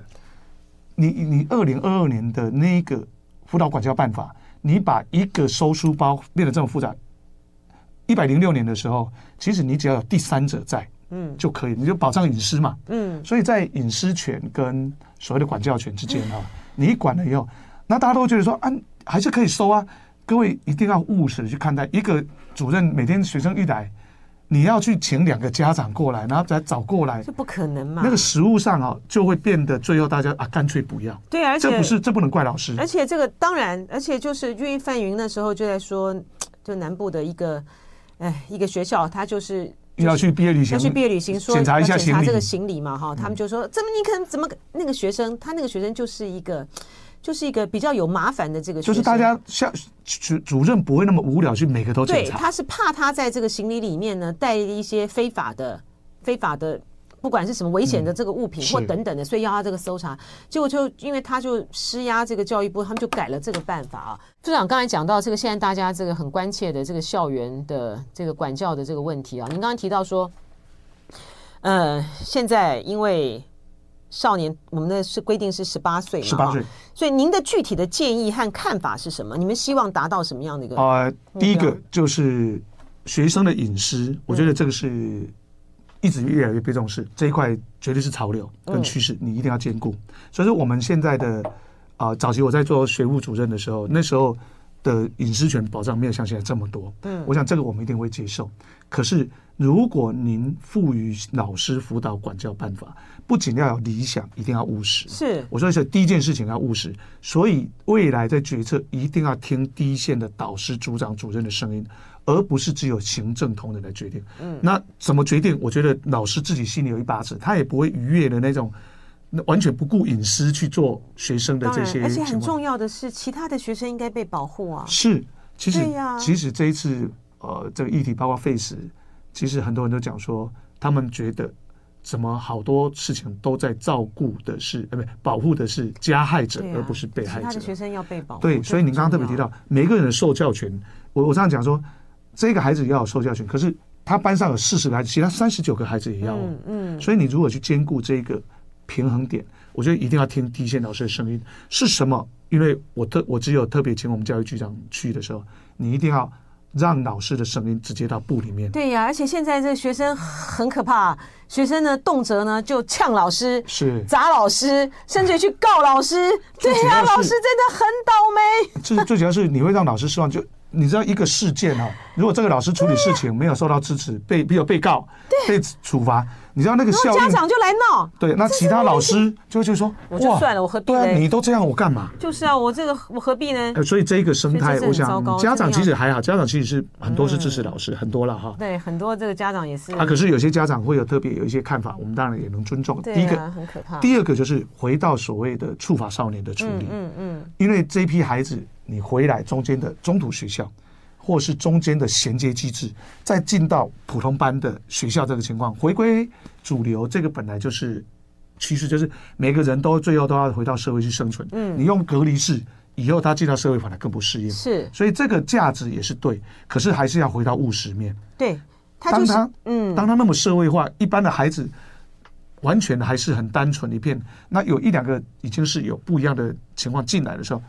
S2: 你你二零二二年的那个辅导管教办法，你把一个收书包变得这么复杂。一百零六年的时候，其实你只要有第三者在，
S1: 嗯
S2: 就可以，你就保障隐私嘛。
S1: 嗯
S2: 所以在隐私权跟所谓的管教权之间啊，你一管了以后，那大家都会觉得说啊，还是可以收啊。各位一定要务实地去看待，一个主任每天学生一来，你要去请两个家长过来，然后再找过来
S1: 这，不可能嘛？
S2: 那个实物上啊，就会变得最后大家啊干脆不要。
S1: 对，而且
S2: 这不是这不能怪老师
S1: 而，且这个当然，而且就是因为范云那时候就在说，就南部的一个，哎，一个学校，他就是
S2: 又要去毕业旅行
S1: 要，去毕业旅行，说
S2: 检查一下
S1: 要检查
S2: 行李嗯
S1: 这个行李嘛，哈，他们就说怎么你可能怎么那个学生，他那个学生就是一个，就是一个比较有麻烦的这个学
S2: 就
S1: 生，
S2: 是大家像主主任不会那么无聊去每个都检
S1: 对，
S2: 查。
S1: 他是怕他在这个行李里面呢带一些非法的、非法的，不管是什么危险的这个物品
S2: 是
S1: 或等等的，所以要他这个搜查。结果就因为他就施压这个教育部，他们就改了这个办法啊。处长刚才讲到这个，现在大家这个很关切的这个校园的这个管教的这个问题啊，您刚刚提到说，呃，现在因为。少年，我们的是规定是十八岁嘛？
S2: 18岁
S1: 啊所以您的具体的建议和看法是什么？你们希望达到什么样的一个？
S2: 呃，第一
S1: 目标
S2: 个就是学生的隐私，我觉得这个是一直越来越被重视，这一块绝对是潮流跟趋势，你一定要兼顾。所以说我们现在的啊、呃早期我在做学务主任的时候，那时候的隐私权保障没有像现在这么多。嗯，我想这个我们一定会接受。可是如果您赋予老师辅导管教办法，不仅要有理想，一定要务实。
S1: 是
S2: 我说的是第一件事情要务实，所以未来在决策一定要听第一线的导师、组长、主任的声音，而不是只有行政同仁来决定。嗯，那怎么决定？我觉得老师自己心里有一把尺，他也不会逾越的那种，那完全不顾隐私去做学生的
S1: 当
S2: 这
S1: 然，
S2: 些
S1: 而且
S2: 情
S1: 很
S2: 况。
S1: 重要的是，其他的学生应该被保护啊。
S2: 是，其实
S1: 对呀
S2: 其实这一次呃，这个议题包括 Face，其实很多人都讲说，他们觉得怎么好多事情都在照顾的是，呃，不，保护的是加害者，
S1: 对啊
S2: 而不是被害
S1: 其他的
S2: 者
S1: 学。生要被保护。
S2: 对，
S1: 这
S2: 所以你
S1: 很
S2: 刚刚特别
S1: 重
S2: 提
S1: 要，
S2: 到每个人的受教权，我我这样讲说，这个孩子要有受教权，可是他班上有四十个孩子，其他三十九个孩子也要、哦。
S1: 嗯，
S2: 所以你如果去兼顾这个平衡点，我觉得一定要听第一线老师的声音是什么。因为我特我只有特别请我们教育局长去的时候，你一定要让老师的声音直接到部里面。
S1: 对呀、而且现在这个学生很可怕，学生呢动辄呢就呛老师、
S2: 是，
S1: 砸老师，甚至去 告老师。对
S2: 最主
S1: 呀、
S2: 要是
S1: 老师真的很倒霉。
S2: 最最主要是你会让老师失望，就你知道一个事件啊，如果这个老师处理事情没有受到支持，被没有被告被处罚，你知道那个
S1: 然
S2: 效
S1: 后家
S2: 应。
S1: 长就来闹，
S2: 对，那其他老师就会觉得说，
S1: 我就
S2: 哇
S1: 算了我何必
S2: 对啊，
S1: 嘞
S2: 你都这样，我干嘛？
S1: 就是啊，我这个我何必呢？
S2: 呃，所以这个生态，
S1: 所以这
S2: 我
S1: 是很糟糕
S2: 想家长
S1: 这
S2: 其
S1: 个
S2: 实还好，家长其实是很多是支持老师，很多了哈。
S1: 对，很多这个家长也是，
S2: 啊，可是有些家长会有特别有一些看法，我们当然也能尊重。第
S1: 对
S2: 一
S1: 啊，
S2: 个，
S1: 很可怕。
S2: 第二个就是回到所谓的触法少年的处理，
S1: 嗯嗯，
S2: 因为这批孩子你回来中间的中途学校，或是中间的衔接机制，再进到普通班的学校这个情况，回归主流，这个本来就是趋势，就是每个人都最后都要回到社会去生存。嗯，你用隔离式，以后他进到社会反而更不适应。
S1: 是
S2: 所以这个价值也是对，可是还是要回到务实面。
S1: 对，他
S2: 当
S1: 就是
S2: 他
S1: 嗯，
S2: 当他那么社会化，一般的孩子完全还是很单纯一片。那有一两个已经是有不一样的情况进来的时候，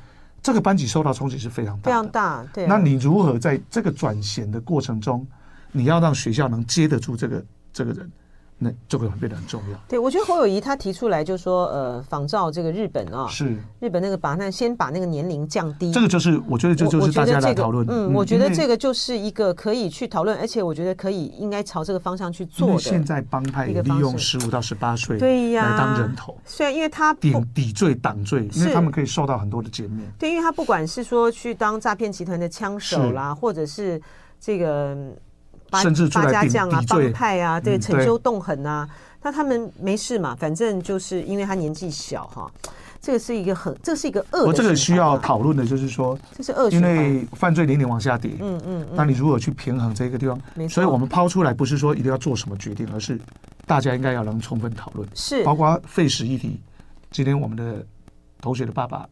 S2: 这个班级受到冲击是非常
S1: 非
S2: 大
S1: 常
S2: 的。
S1: 大，对啊。
S2: 那你如何在这个转衔的过程中，你要让学校能接得住这个这个人，那这个变得很重要。
S1: 对我觉得侯友谊他提出来就说，呃，仿照这个日本啊，
S2: 是，
S1: 日本那个把那先把那个年龄降低。
S2: 这个就是我觉得这
S1: 我
S2: 就是
S1: 我觉
S2: 大
S1: 得
S2: 家
S1: 这
S2: 来
S1: 个
S2: 讨论。
S1: 嗯，我觉得
S2: 因为
S1: 这个就是一个可以去讨论，而且我觉得可以应该朝这个方向去
S2: 嗯因
S1: 做
S2: 为现
S1: 的。
S2: 在帮派
S1: 一
S2: 也
S1: 个
S2: 利
S1: 方
S2: 用
S1: 式
S2: 十五到十八岁
S1: 对呀，
S2: 来当人头，
S1: 虽然因为他不
S2: 顶抵罪党罪，因为
S1: 是
S2: 他们可以受到很多的减免。
S1: 对，因为他不管是说去当诈骗集团的枪手啦，或者是这个嗯八
S2: 甚至出
S1: 八
S2: 来
S1: 家
S2: 顶
S1: 将啊、
S2: 抵罪
S1: 帮派啊，对，
S2: 嗯
S1: 逞
S2: 对
S1: 凶动狠啊，那他们没事嘛，反正就是因为他年纪小哈，这个是一个很，这是一个恶
S2: 我
S1: 的循环啊，
S2: 这个需要讨论的就是说，
S1: 这是恶
S2: 因
S1: 循环，
S2: 为犯罪年龄往下跌，
S1: 嗯嗯嗯，
S2: 那你如何去平衡这个地方
S1: 没？错
S2: 所以我们抛出来不是说一定要做什么决定，而是大家应该要能充分讨论，
S1: 是
S2: 包括废食议题。今天我们的同学的爸爸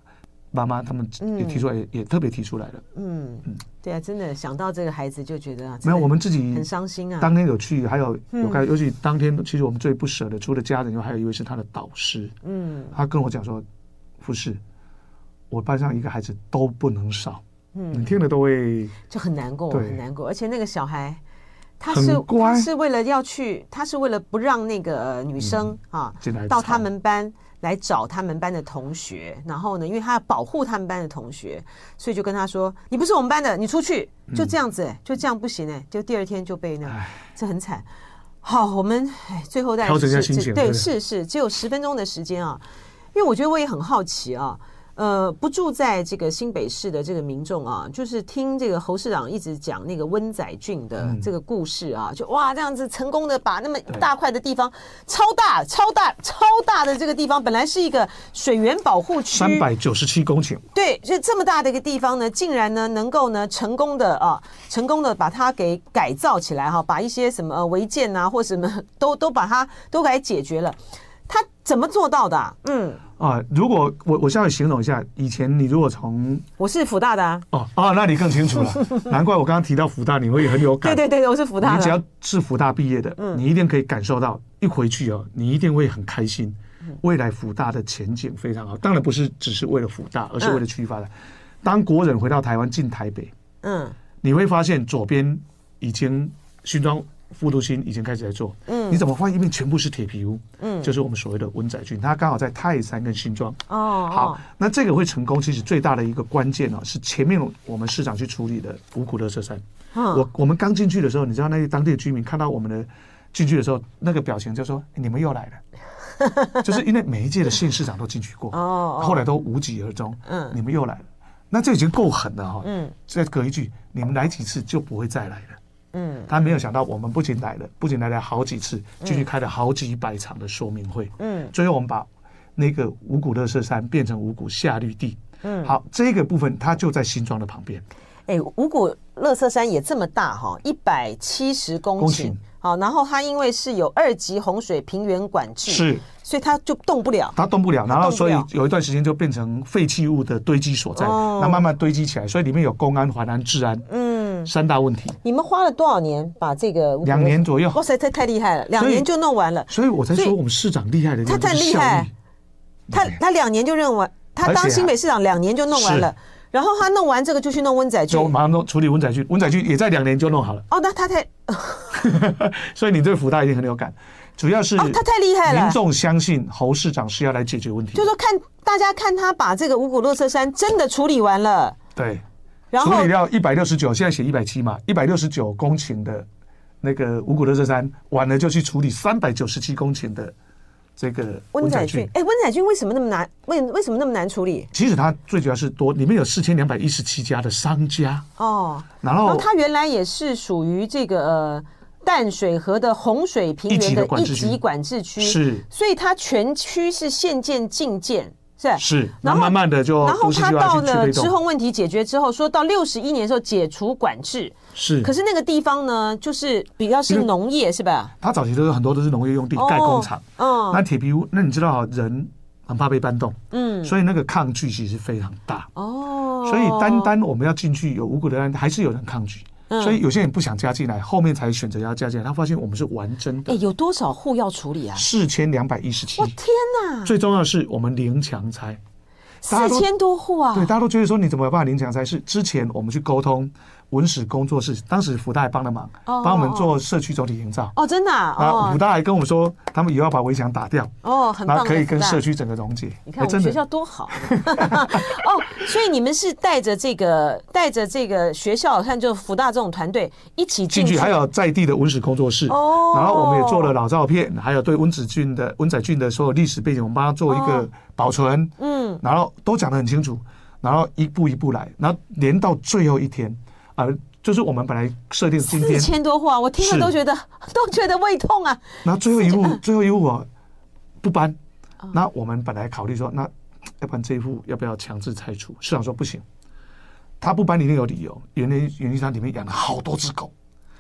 S2: 妈妈他们
S1: 嗯
S2: 也提出来，也也特别提出来了。
S1: 嗯，对啊，真的想到这个孩子就觉得啊，
S2: 没
S1: 真
S2: 有，
S1: 的
S2: 我们自己
S1: 很伤心啊，
S2: 当天有去，还有
S1: 嗯
S2: 有看，尤其当天其实我们最不舍的，除了家人以外，还有一位是他的导师，
S1: 嗯
S2: 他跟我讲说，护士，我班上一个孩子都不能少。
S1: 嗯，
S2: 你听了都会
S1: 就很难过，
S2: 对
S1: 很难过。而且那个小孩，他
S2: 很
S1: 是
S2: 乖嗯
S1: 他是为了要去，他是为了不让那个呃女生、啊
S2: 进来
S1: 到
S2: 吵
S1: 他们班来找他们班的同学，然后呢，因为他要保护他们班的同学，所以就跟他说：“你不是我们班的，你出去。”就这样子、哎就这样不行哎、就第二天就被那
S2: 嗯唉，
S1: 这很惨。好，我们哎，最后再
S2: 调整一下
S1: 是
S2: 心
S1: 是
S2: 情
S1: 对，
S2: 对
S1: 是是，只有十分钟的时间啊，因为我觉得我也很好奇啊，呃，不住在这个新北市的这个民众啊，就是听这个侯市长一直讲那个温仔俊的这个故事啊，就哇这样子成功的把那么一大块的地方，超大超大超大的这个地方，本来是一个水源保护区，
S2: 三百九十七公顷，
S1: 对，就这么大的一个地方呢，竟然呢能够呢成功的啊，成功的把它给改造起来哈、把一些什么呃违建啊或什么都都把它都给解决了，他怎么做到的啊、嗯，
S2: 啊，如果我我稍微形容一下，以前你如果从
S1: 我是福大的、啊，
S2: 哦啊，那你更清楚了， 难怪我刚刚提到福大，你会很有
S1: 对
S2: 感。
S1: 对对，我是福大
S2: 你只
S1: 的嗯啊，
S2: 要是福大毕业的，你一定可以感受到，一回去哦，你一定会很开心，
S1: 嗯
S2: 未来福大的前景非常好。当然不是只是为了福
S1: 嗯
S2: 大，而是为了区域发展。当国人回到台湾进台北，
S1: 嗯，
S2: 你会发现左边已经新庄复读新已经开始在做，嗯，你怎么换一面全部是铁皮屋？嗯，就是我们所谓的温仔郡，它刚好在泰山跟新庄。
S1: 哦，
S2: 好
S1: 哦，，
S2: 那这个会成功，其实最大的一个关键呢、是前面我们市长去处理的五股乐色山。
S1: 嗯
S2: 我我们刚进去的时候，你知道那些当地的居民看到我们的进去的时候，那个表情就说：“哎你们又来 了。”就是因为每一届的县市长都进去过，
S1: 哦哦
S2: 后来都无疾而终。
S1: 嗯
S2: 你们又来了，那这已经够狠了哈、
S1: 嗯
S2: 再隔一句，你们来几次就不会再来了。
S1: 嗯
S2: 他没有想到，我们不仅来了，不仅来了好几次，进去开了好几百场的说明会。
S1: 嗯，
S2: 最后我们把那个五谷乐色山变成五谷夏绿地。
S1: 嗯
S2: 好，这个部分它就在新庄的旁边。
S1: 哎，五股乐色山也这么大哈、一百七十公
S2: 公
S1: 顷
S2: 顷，
S1: 好，然后它因为是有二级洪水平原管制，
S2: 是，
S1: 所以它就动不了。
S2: 它动不了，然
S1: 动
S2: 后
S1: 不
S2: 所以
S1: 了
S2: 有一段时间就变成废弃物的堆积所在，
S1: 哦
S2: 那慢慢堆积起来，所以里面有公安、环安、治安
S1: 嗯，
S2: 三大问题。
S1: 你们花了多少年把这个
S2: 两年左右
S1: 哇塞，这太厉害了，两
S2: 所以
S1: 年就弄完了。
S2: 所以我才
S1: 所以
S2: 说我们市长厉害的地方
S1: 他太
S2: 就是
S1: 厉
S2: 效
S1: 害
S2: 率。
S1: 他
S2: 对
S1: 他两年就认完，他
S2: 而且
S1: 当
S2: 啊
S1: 新北市长两年就弄完了，然后他弄完这个就去弄温仔
S2: 就
S1: 郡。
S2: 马上弄处理文仔区，文仔区也在两年就弄好了，
S1: 哦，那他太
S2: 所以你对福大一定很有感。主要是
S1: 哦，他太厉害了
S2: 民，众相信侯市长是要来解决问题的
S1: 就，说看大家看他把这个五谷落车山真的处理完了，
S2: 对，
S1: 然
S2: 处
S1: 后
S2: 理掉一百六十九，现在写一百七嘛，一百六十九公顷的那个五谷乐色山，完了就去处理三百九十七公顷的这个
S1: 温
S2: 温
S1: 仔
S2: 仔
S1: 菌
S2: 菌，。
S1: 哎，温仔菌为什么那么难？为为什么那么难处理？
S2: 其实它最主要是多，里面有四千两百一十七家的商家，
S1: 哦，
S2: 然
S1: 然后
S2: 后
S1: 它原来也是属于这个呃淡水河的洪水平
S2: 一
S1: 原
S2: 级的
S1: 的
S2: 管
S1: 一
S2: 制区
S1: 级管制区，
S2: 是
S1: 所以它全区是限建禁建，是
S2: 是，
S1: 然
S2: 那
S1: 后
S2: 慢慢的就
S1: 然后
S2: 都市
S1: 它
S2: 计
S1: 到
S2: 划去去
S1: 了
S2: 推
S1: 之
S2: 动，
S1: 后问题解决之后，说到六十一年的时候解除管制，
S2: 是
S1: 可。是那个地方呢，就是比较是农业是吧？
S2: 它早期都是很多都是农业用地
S1: 哦
S2: 盖工厂，
S1: 嗯
S2: 那铁皮屋，那你知道人很怕被搬动，
S1: 嗯
S2: 所以那个抗拒其实非常大。
S1: 哦，
S2: 所以单单我们要进去有五谷的案，还是有人抗拒，
S1: 嗯
S2: 所以有些人不想加进来，后面才选择要加进来。他发现我们是完整
S1: 哎
S2: 的
S1: 有多少户要处理啊？
S2: 四千两百一十七
S1: 我，天哪，
S2: 最重要的是我们零强拆。大
S1: 四
S2: 家都
S1: 千多户啊！
S2: 对，大家都觉得说你怎么有办法零强拆？是之前我们去沟通文史工作室，当时福大还帮了忙，
S1: 哦
S2: 帮我们做社区总体营造。
S1: 哦，真的
S2: 啊，
S1: 啊
S2: 福大还跟我们说，他们以后要把围墙打掉，
S1: 哦哦，很棒
S2: 然后
S1: 的福大，
S2: 可以跟社区整个溶解。
S1: 你看
S2: 哎
S1: 我们学校多好 哦！所以你们是带着这个带着这个学校，看就福大这种团队一起进
S2: 进去还有在地的文史工作室，
S1: 哦
S2: 然后我们也做了老照片，还有对温子俊的温仔俊的所有历史背景，我们帮他做一
S1: 哦
S2: 个保存，
S1: 嗯，
S2: 然后都讲得很清楚，然后一步一步来，然后连到最后一天，啊、就是我们本来设定今
S1: 四
S2: 天，
S1: 千多户啊，我听了
S2: 是
S1: 都觉得 都觉得胃痛啊！
S2: 然后最后一步，最后一步我不搬，
S1: 哦
S2: 那我们本来考虑说，那要不然这一户要不要强制拆除？市长说不行，他不搬一定有理由，原因原因是他里面养了好多只狗，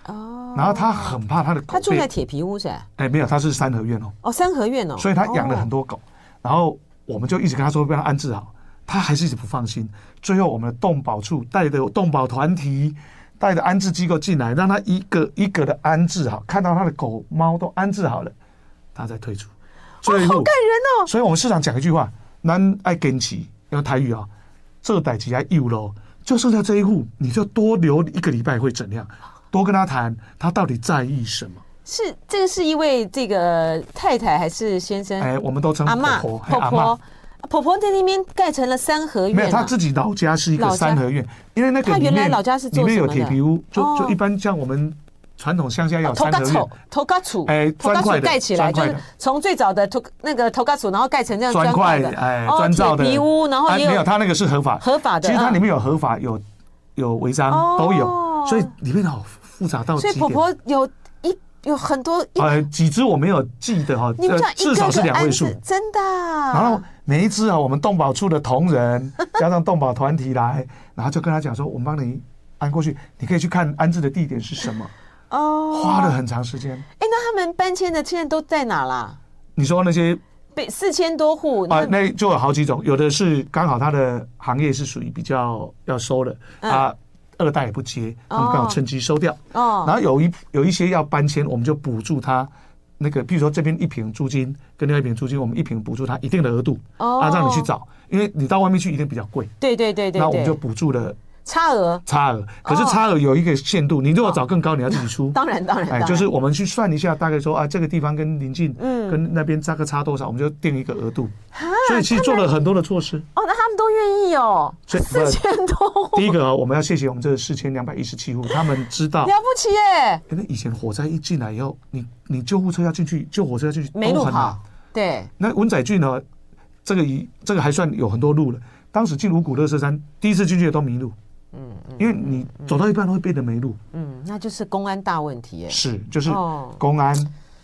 S1: 哦，
S2: 然后他很怕他的狗
S1: 他住
S2: 被
S1: 在铁皮屋是吧？
S2: 哎，没有，他是三合院哦，
S1: 哦，三合院哦，
S2: 所以他养了很
S1: 多
S2: 多狗。然后我们就一直跟他说，让他安置好，他还是一直不放心。最后我们的动保处带着动保团体，带着安置机构进来，让他一个一个的安置好，看到他的狗猫都安置好了，他再退出。最后，
S1: 好感人哦！
S2: 所以我们市长讲一句话：，咱爱坚持，用台语啊、这代志要有咯，就剩下这一户，你就多留一个礼拜会怎样？多跟他谈，他到底在意什么？
S1: 是这个是一位这个太太还是先生？
S2: 哎，我们都称
S1: 嗯阿嬷
S2: 婆婆，哎
S1: 婆
S2: 阿嬷
S1: 婆，啊婆婆在那边盖成了三合院啊，
S2: 没有，他自己老家是一个
S1: 老家
S2: 三合院，因为那个
S1: 他
S2: 里面
S1: 原来老家是做
S2: 里面有
S1: 什么的
S2: 铁皮屋，就
S1: 哦
S2: 就一般像我们传统乡下要有
S1: 头
S2: 三
S1: 嘎
S2: 合
S1: 杵
S2: 院，，
S1: 头嘎杵，
S2: 哦哎
S1: 头嘎
S2: 砖块
S1: 杵
S2: 的
S1: 盖起来，
S2: 砖
S1: 就
S2: 块
S1: 是
S2: 的
S1: 从最早的头那个头嘎杵，然后盖成这样呃砖
S2: 砖
S1: 块
S2: 块
S1: 的，
S2: 哎
S1: 哦
S2: 砖造的
S1: 铁皮屋，然后
S2: 啊
S1: 也
S2: 没有，
S1: 有
S2: 他那个是合法，
S1: 合法的，
S2: 其实它
S1: 嗯
S2: 里面有合法有有违
S1: 哦
S2: 章都有，所以里面好复杂到
S1: 所
S2: 极
S1: 以婆
S2: 点。
S1: 婆有一有很多一，
S2: 呃，几只我没有记得哈，
S1: 你们这样
S2: 呃
S1: 一
S2: 至少
S1: 个
S2: 是
S1: 个
S2: 两
S1: 案
S2: 位数
S1: 子。，真的啊，
S2: 然后每一只啊，我们动保处的 同仁加上动保团体来，然后就跟他讲说，我们帮你安过去，你可以去看安置的地点是什么，
S1: 哦，
S2: 花了很长时间。
S1: 哎，那他们搬迁的现在都在哪啦？
S2: 你说那些
S1: 被四千多户，
S2: 啊
S1: 那，
S2: 那就有好几种，有的是刚好他的行业是属于比较要收的
S1: 嗯
S2: 啊，二代也不接，他们刚好趁机收掉。然
S1: 哦，
S2: 后有一有一些要搬迁，我们就补助他那个，比如说这边一瓶租金跟另外一瓶租金，我们一瓶补助他一定的额度
S1: 哦
S2: 啊，让你去找，因为你到外面去一定比较贵，
S1: 对对对对哦
S2: 那我们就
S1: 对，
S2: 补助了
S1: 差额，
S2: 差额。可是差额有一个限度，你如果找更高，你要自己出。
S1: 当然当然，当
S2: 哎，
S1: 然
S2: 就是我们去算一下，大概说啊，这个地方跟邻近，
S1: 嗯
S2: 跟那边差个差多少，我们就定一个额度。
S1: 啊
S2: 所以其实做了很多的措施。
S1: 哦，那他们都愿意哦，
S2: 所以呃
S1: 四千多户，
S2: 第一个啊，我们要谢谢我们这四千两百一十七户，他们知道。
S1: 了不起耶，
S2: 哎那以前火灾一进来以后，你你救护车要进去，救火车要进去，
S1: 没路
S2: 都很难
S1: 跑。，对，
S2: 那文仔俊呢，这个一这个还算有很多路了。当时进五谷乐色山，第一次进去的都迷路，
S1: 嗯嗯
S2: 因为你走到一半会变得没路。
S1: 嗯，那就是公安大问题耶，
S2: 是，就是
S1: 哦
S2: 公安、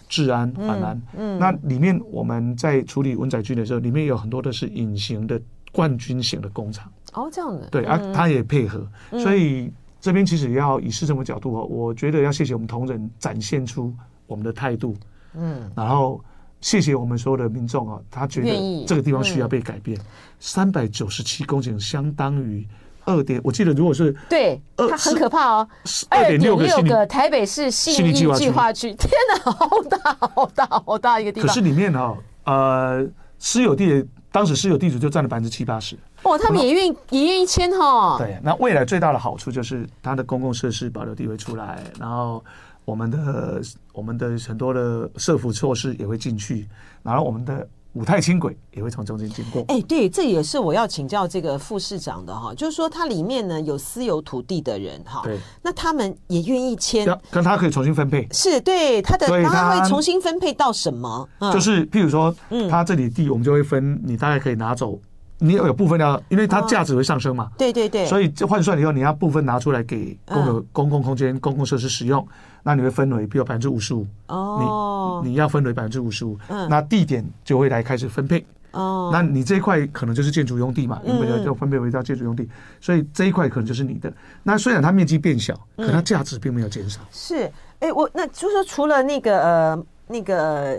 S2: 治安、反安。
S1: 嗯
S2: 那里面我们在处理文仔俊的时候，里面有很多的是隐形的冠军型的工厂。
S1: 哦，这样的，
S2: 对啊，他也配合，
S1: 嗯
S2: 所以这边其实要以市政府角度哦，我觉得要谢谢我们同仁展现出我们的态度，
S1: 嗯，
S2: 然后谢谢我们所有的民众啊，他觉
S1: 愿意
S2: 得这个地方需要被改变。三百九十七公顷相当于二点，我记得如果是
S1: 对，
S2: 呃
S1: 它很
S2: 是
S1: 可怕哦，二点
S2: 2.6
S1: 六
S2: 个信
S1: 个
S2: 义
S1: 台北市信
S2: 信
S1: 义
S2: 义计划区
S1: 计划区，天哪，好大好大好大一个地
S2: 可
S1: 方
S2: 是，里面哈、呃，私有地当时私有地主就占了百分之七八十。
S1: 哦，他们也愿意也愿意签哈，
S2: 对，那未来最大的好处就是它的公共设施保留地位出来，然后我们的我们的很多的社服措施也会进去，然后我们的五泰轻轨也会从中间经过。
S1: 哎，对，这也是我要请教这个副市长的哈，就是说它里面呢有私有土地的人哈，
S2: 对，
S1: 那他们也愿意签，
S2: 那那它可以重新分配，
S1: 是对他的，
S2: 所以
S1: 然后他
S2: 他
S1: 会重新分配到什么？嗯
S2: 就是譬如说，它这里地我们就会分，你大概可以拿走，你有部分要，因为
S1: 嗯
S2: 它价值会上升嘛，
S1: 对对对，
S2: 所
S1: 以
S2: 以这换算以后，你要部分拿出来给公
S1: 嗯
S2: 有公共空间、公共设施使用，那你会分为，比如百分之五十五，
S1: 哦
S2: 你你要分为百分之五十五，
S1: 嗯
S2: 那地点就会来开始分配。
S1: 哦，
S2: 那你这一块可能就是建筑用地嘛，原本
S1: 嗯
S2: 就就分配为叫建筑用地，所以这一块可能就是你的。那虽然它面积变小，可它价值并没有减少。
S1: 嗯是哎，我那就是说除了那个呃那个。呃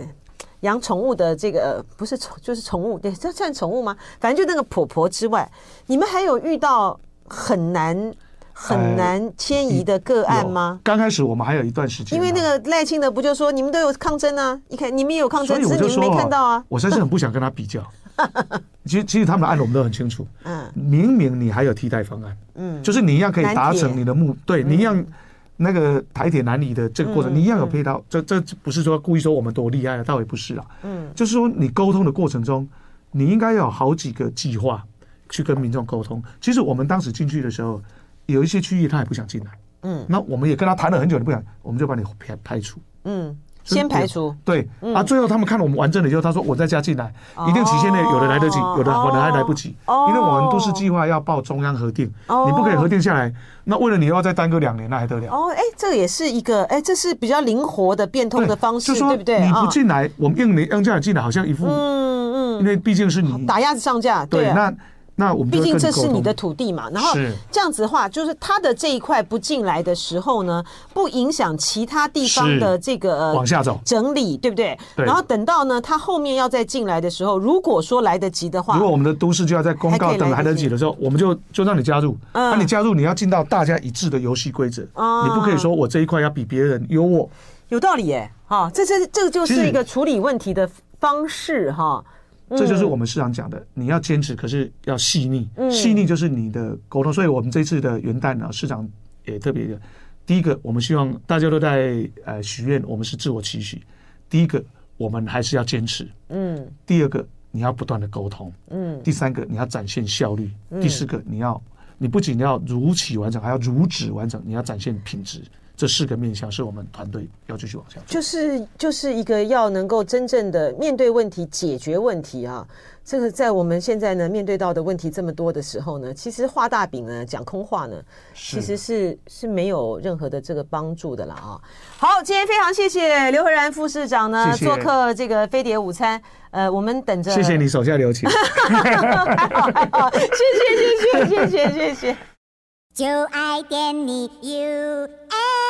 S1: 养宠物的这个呃不是宠就是宠物，对，这算宠物吗？反正就那个婆婆之外，你们还有遇到很难很
S2: 呃
S1: 难迁移的个案吗
S2: 有？？刚开始我们还有一段时间
S1: 因
S2: 啊，
S1: 为那个赖清德不就说你们都有抗争啊？你看你们也有抗
S2: 所
S1: 争，
S2: 以
S1: 只
S2: 我
S1: 是你
S2: 就
S1: 们
S2: 说、
S1: 没看到啊。
S2: 我真是很不想跟他 比较。其实，其实他们的案子我们都很清楚，
S1: 嗯
S2: 明明你还有替代方案，嗯，就是你一样可以达成你的目，对你
S1: 嗯
S2: 一样。那个台铁南移的这个过程，你一样有配套，这这这不是说故意说我们多厉害啊，倒也不是啊，
S1: 嗯
S2: 就是说你沟通的过程中，你应该有好几个计划去跟民众沟通。其实我们当时进去的时候，有一些区域他也不想进来，
S1: 嗯
S2: 那我们也跟他谈了很久，你不想，我们就把你排排除。
S1: 嗯，
S2: 就是
S1: 先排
S2: 有
S1: 除。
S2: 对
S1: 嗯
S2: 啊，最后他们看了我们完整了以后，他说我再加进来，一定期限内有的来得及，有的可能还来不及，
S1: 哦
S2: 因为我们都市计划要报中央核定，
S1: 哦
S2: 你不可以核定下来，那为了你又要再耽搁两年，那还得了？
S1: 哦，哎，这个也是一个，哎，这是比较灵活的变通的方式，
S2: 就说
S1: 对不对？
S2: 你不
S1: 啊
S2: 进来，我们硬你硬叫你进来，好像一副，
S1: 嗯
S2: 因为毕竟是
S1: 嗯，
S2: 你
S1: 打鸭子上架，对
S2: 对，
S1: 啊。
S2: 那那我们就
S1: 毕
S2: 会
S1: 竟
S2: 跟
S1: 这
S2: 沟
S1: 是你
S2: 通
S1: 的土地嘛，然后
S2: 是
S1: 这样子的话，就是他的这一块不进来的时候呢，不影响其他地方
S2: 是
S1: 的这个呃
S2: 往下走。
S1: 整理，对不对？
S2: 对
S1: 然后等到呢，他后面要再进来的时候，如果说来得及的话，
S2: 如果我们的都市就要在公
S1: 还可
S2: 告
S1: 以
S2: 等
S1: 来
S2: 来
S1: 得
S2: 得
S1: 及
S2: 及的时候，我们就就让你加入。
S1: 嗯
S2: 那你加入，你要进到大家一致的游戏规则，
S1: 哦
S2: 你不可以说我这一块要比别人优渥，
S1: 有道理耶，哈、这这这个就是
S2: 是
S1: 一个处理问题的方式哈。
S2: 这就是我们市场讲的，你要坚持，可是要细腻。细腻就是你的沟通。所以我们这次的元旦呢、啊市场也特别的。第一个，我们希望大家都在呃许愿，我们是自我期许。第一个，我们还是要坚持。
S1: 嗯
S2: 第二个，你要不断的沟通。
S1: 嗯，
S2: 第三个，你要展现效率。第四个，你要你不仅要如期完成，还要如指完成，你要展现品质。这四个面向是我们团队要继续往下做。
S1: 就是就是一个要能够真正的面对问题、解决问题啊。这个在我们现在呢面对到的问题这么多的时候呢，其实画大饼呢、讲空话呢，其实是是没有任何的这个帮助的啦啊。好，今天非常谢谢刘和然副市长呢
S2: 谢谢
S1: 做客这个飞碟午餐，呃，我们等着
S2: 嗯谢谢你手下留情。
S1: 还 好还好，谢谢谢谢谢谢谢谢。
S3: 就爱点你 UFO。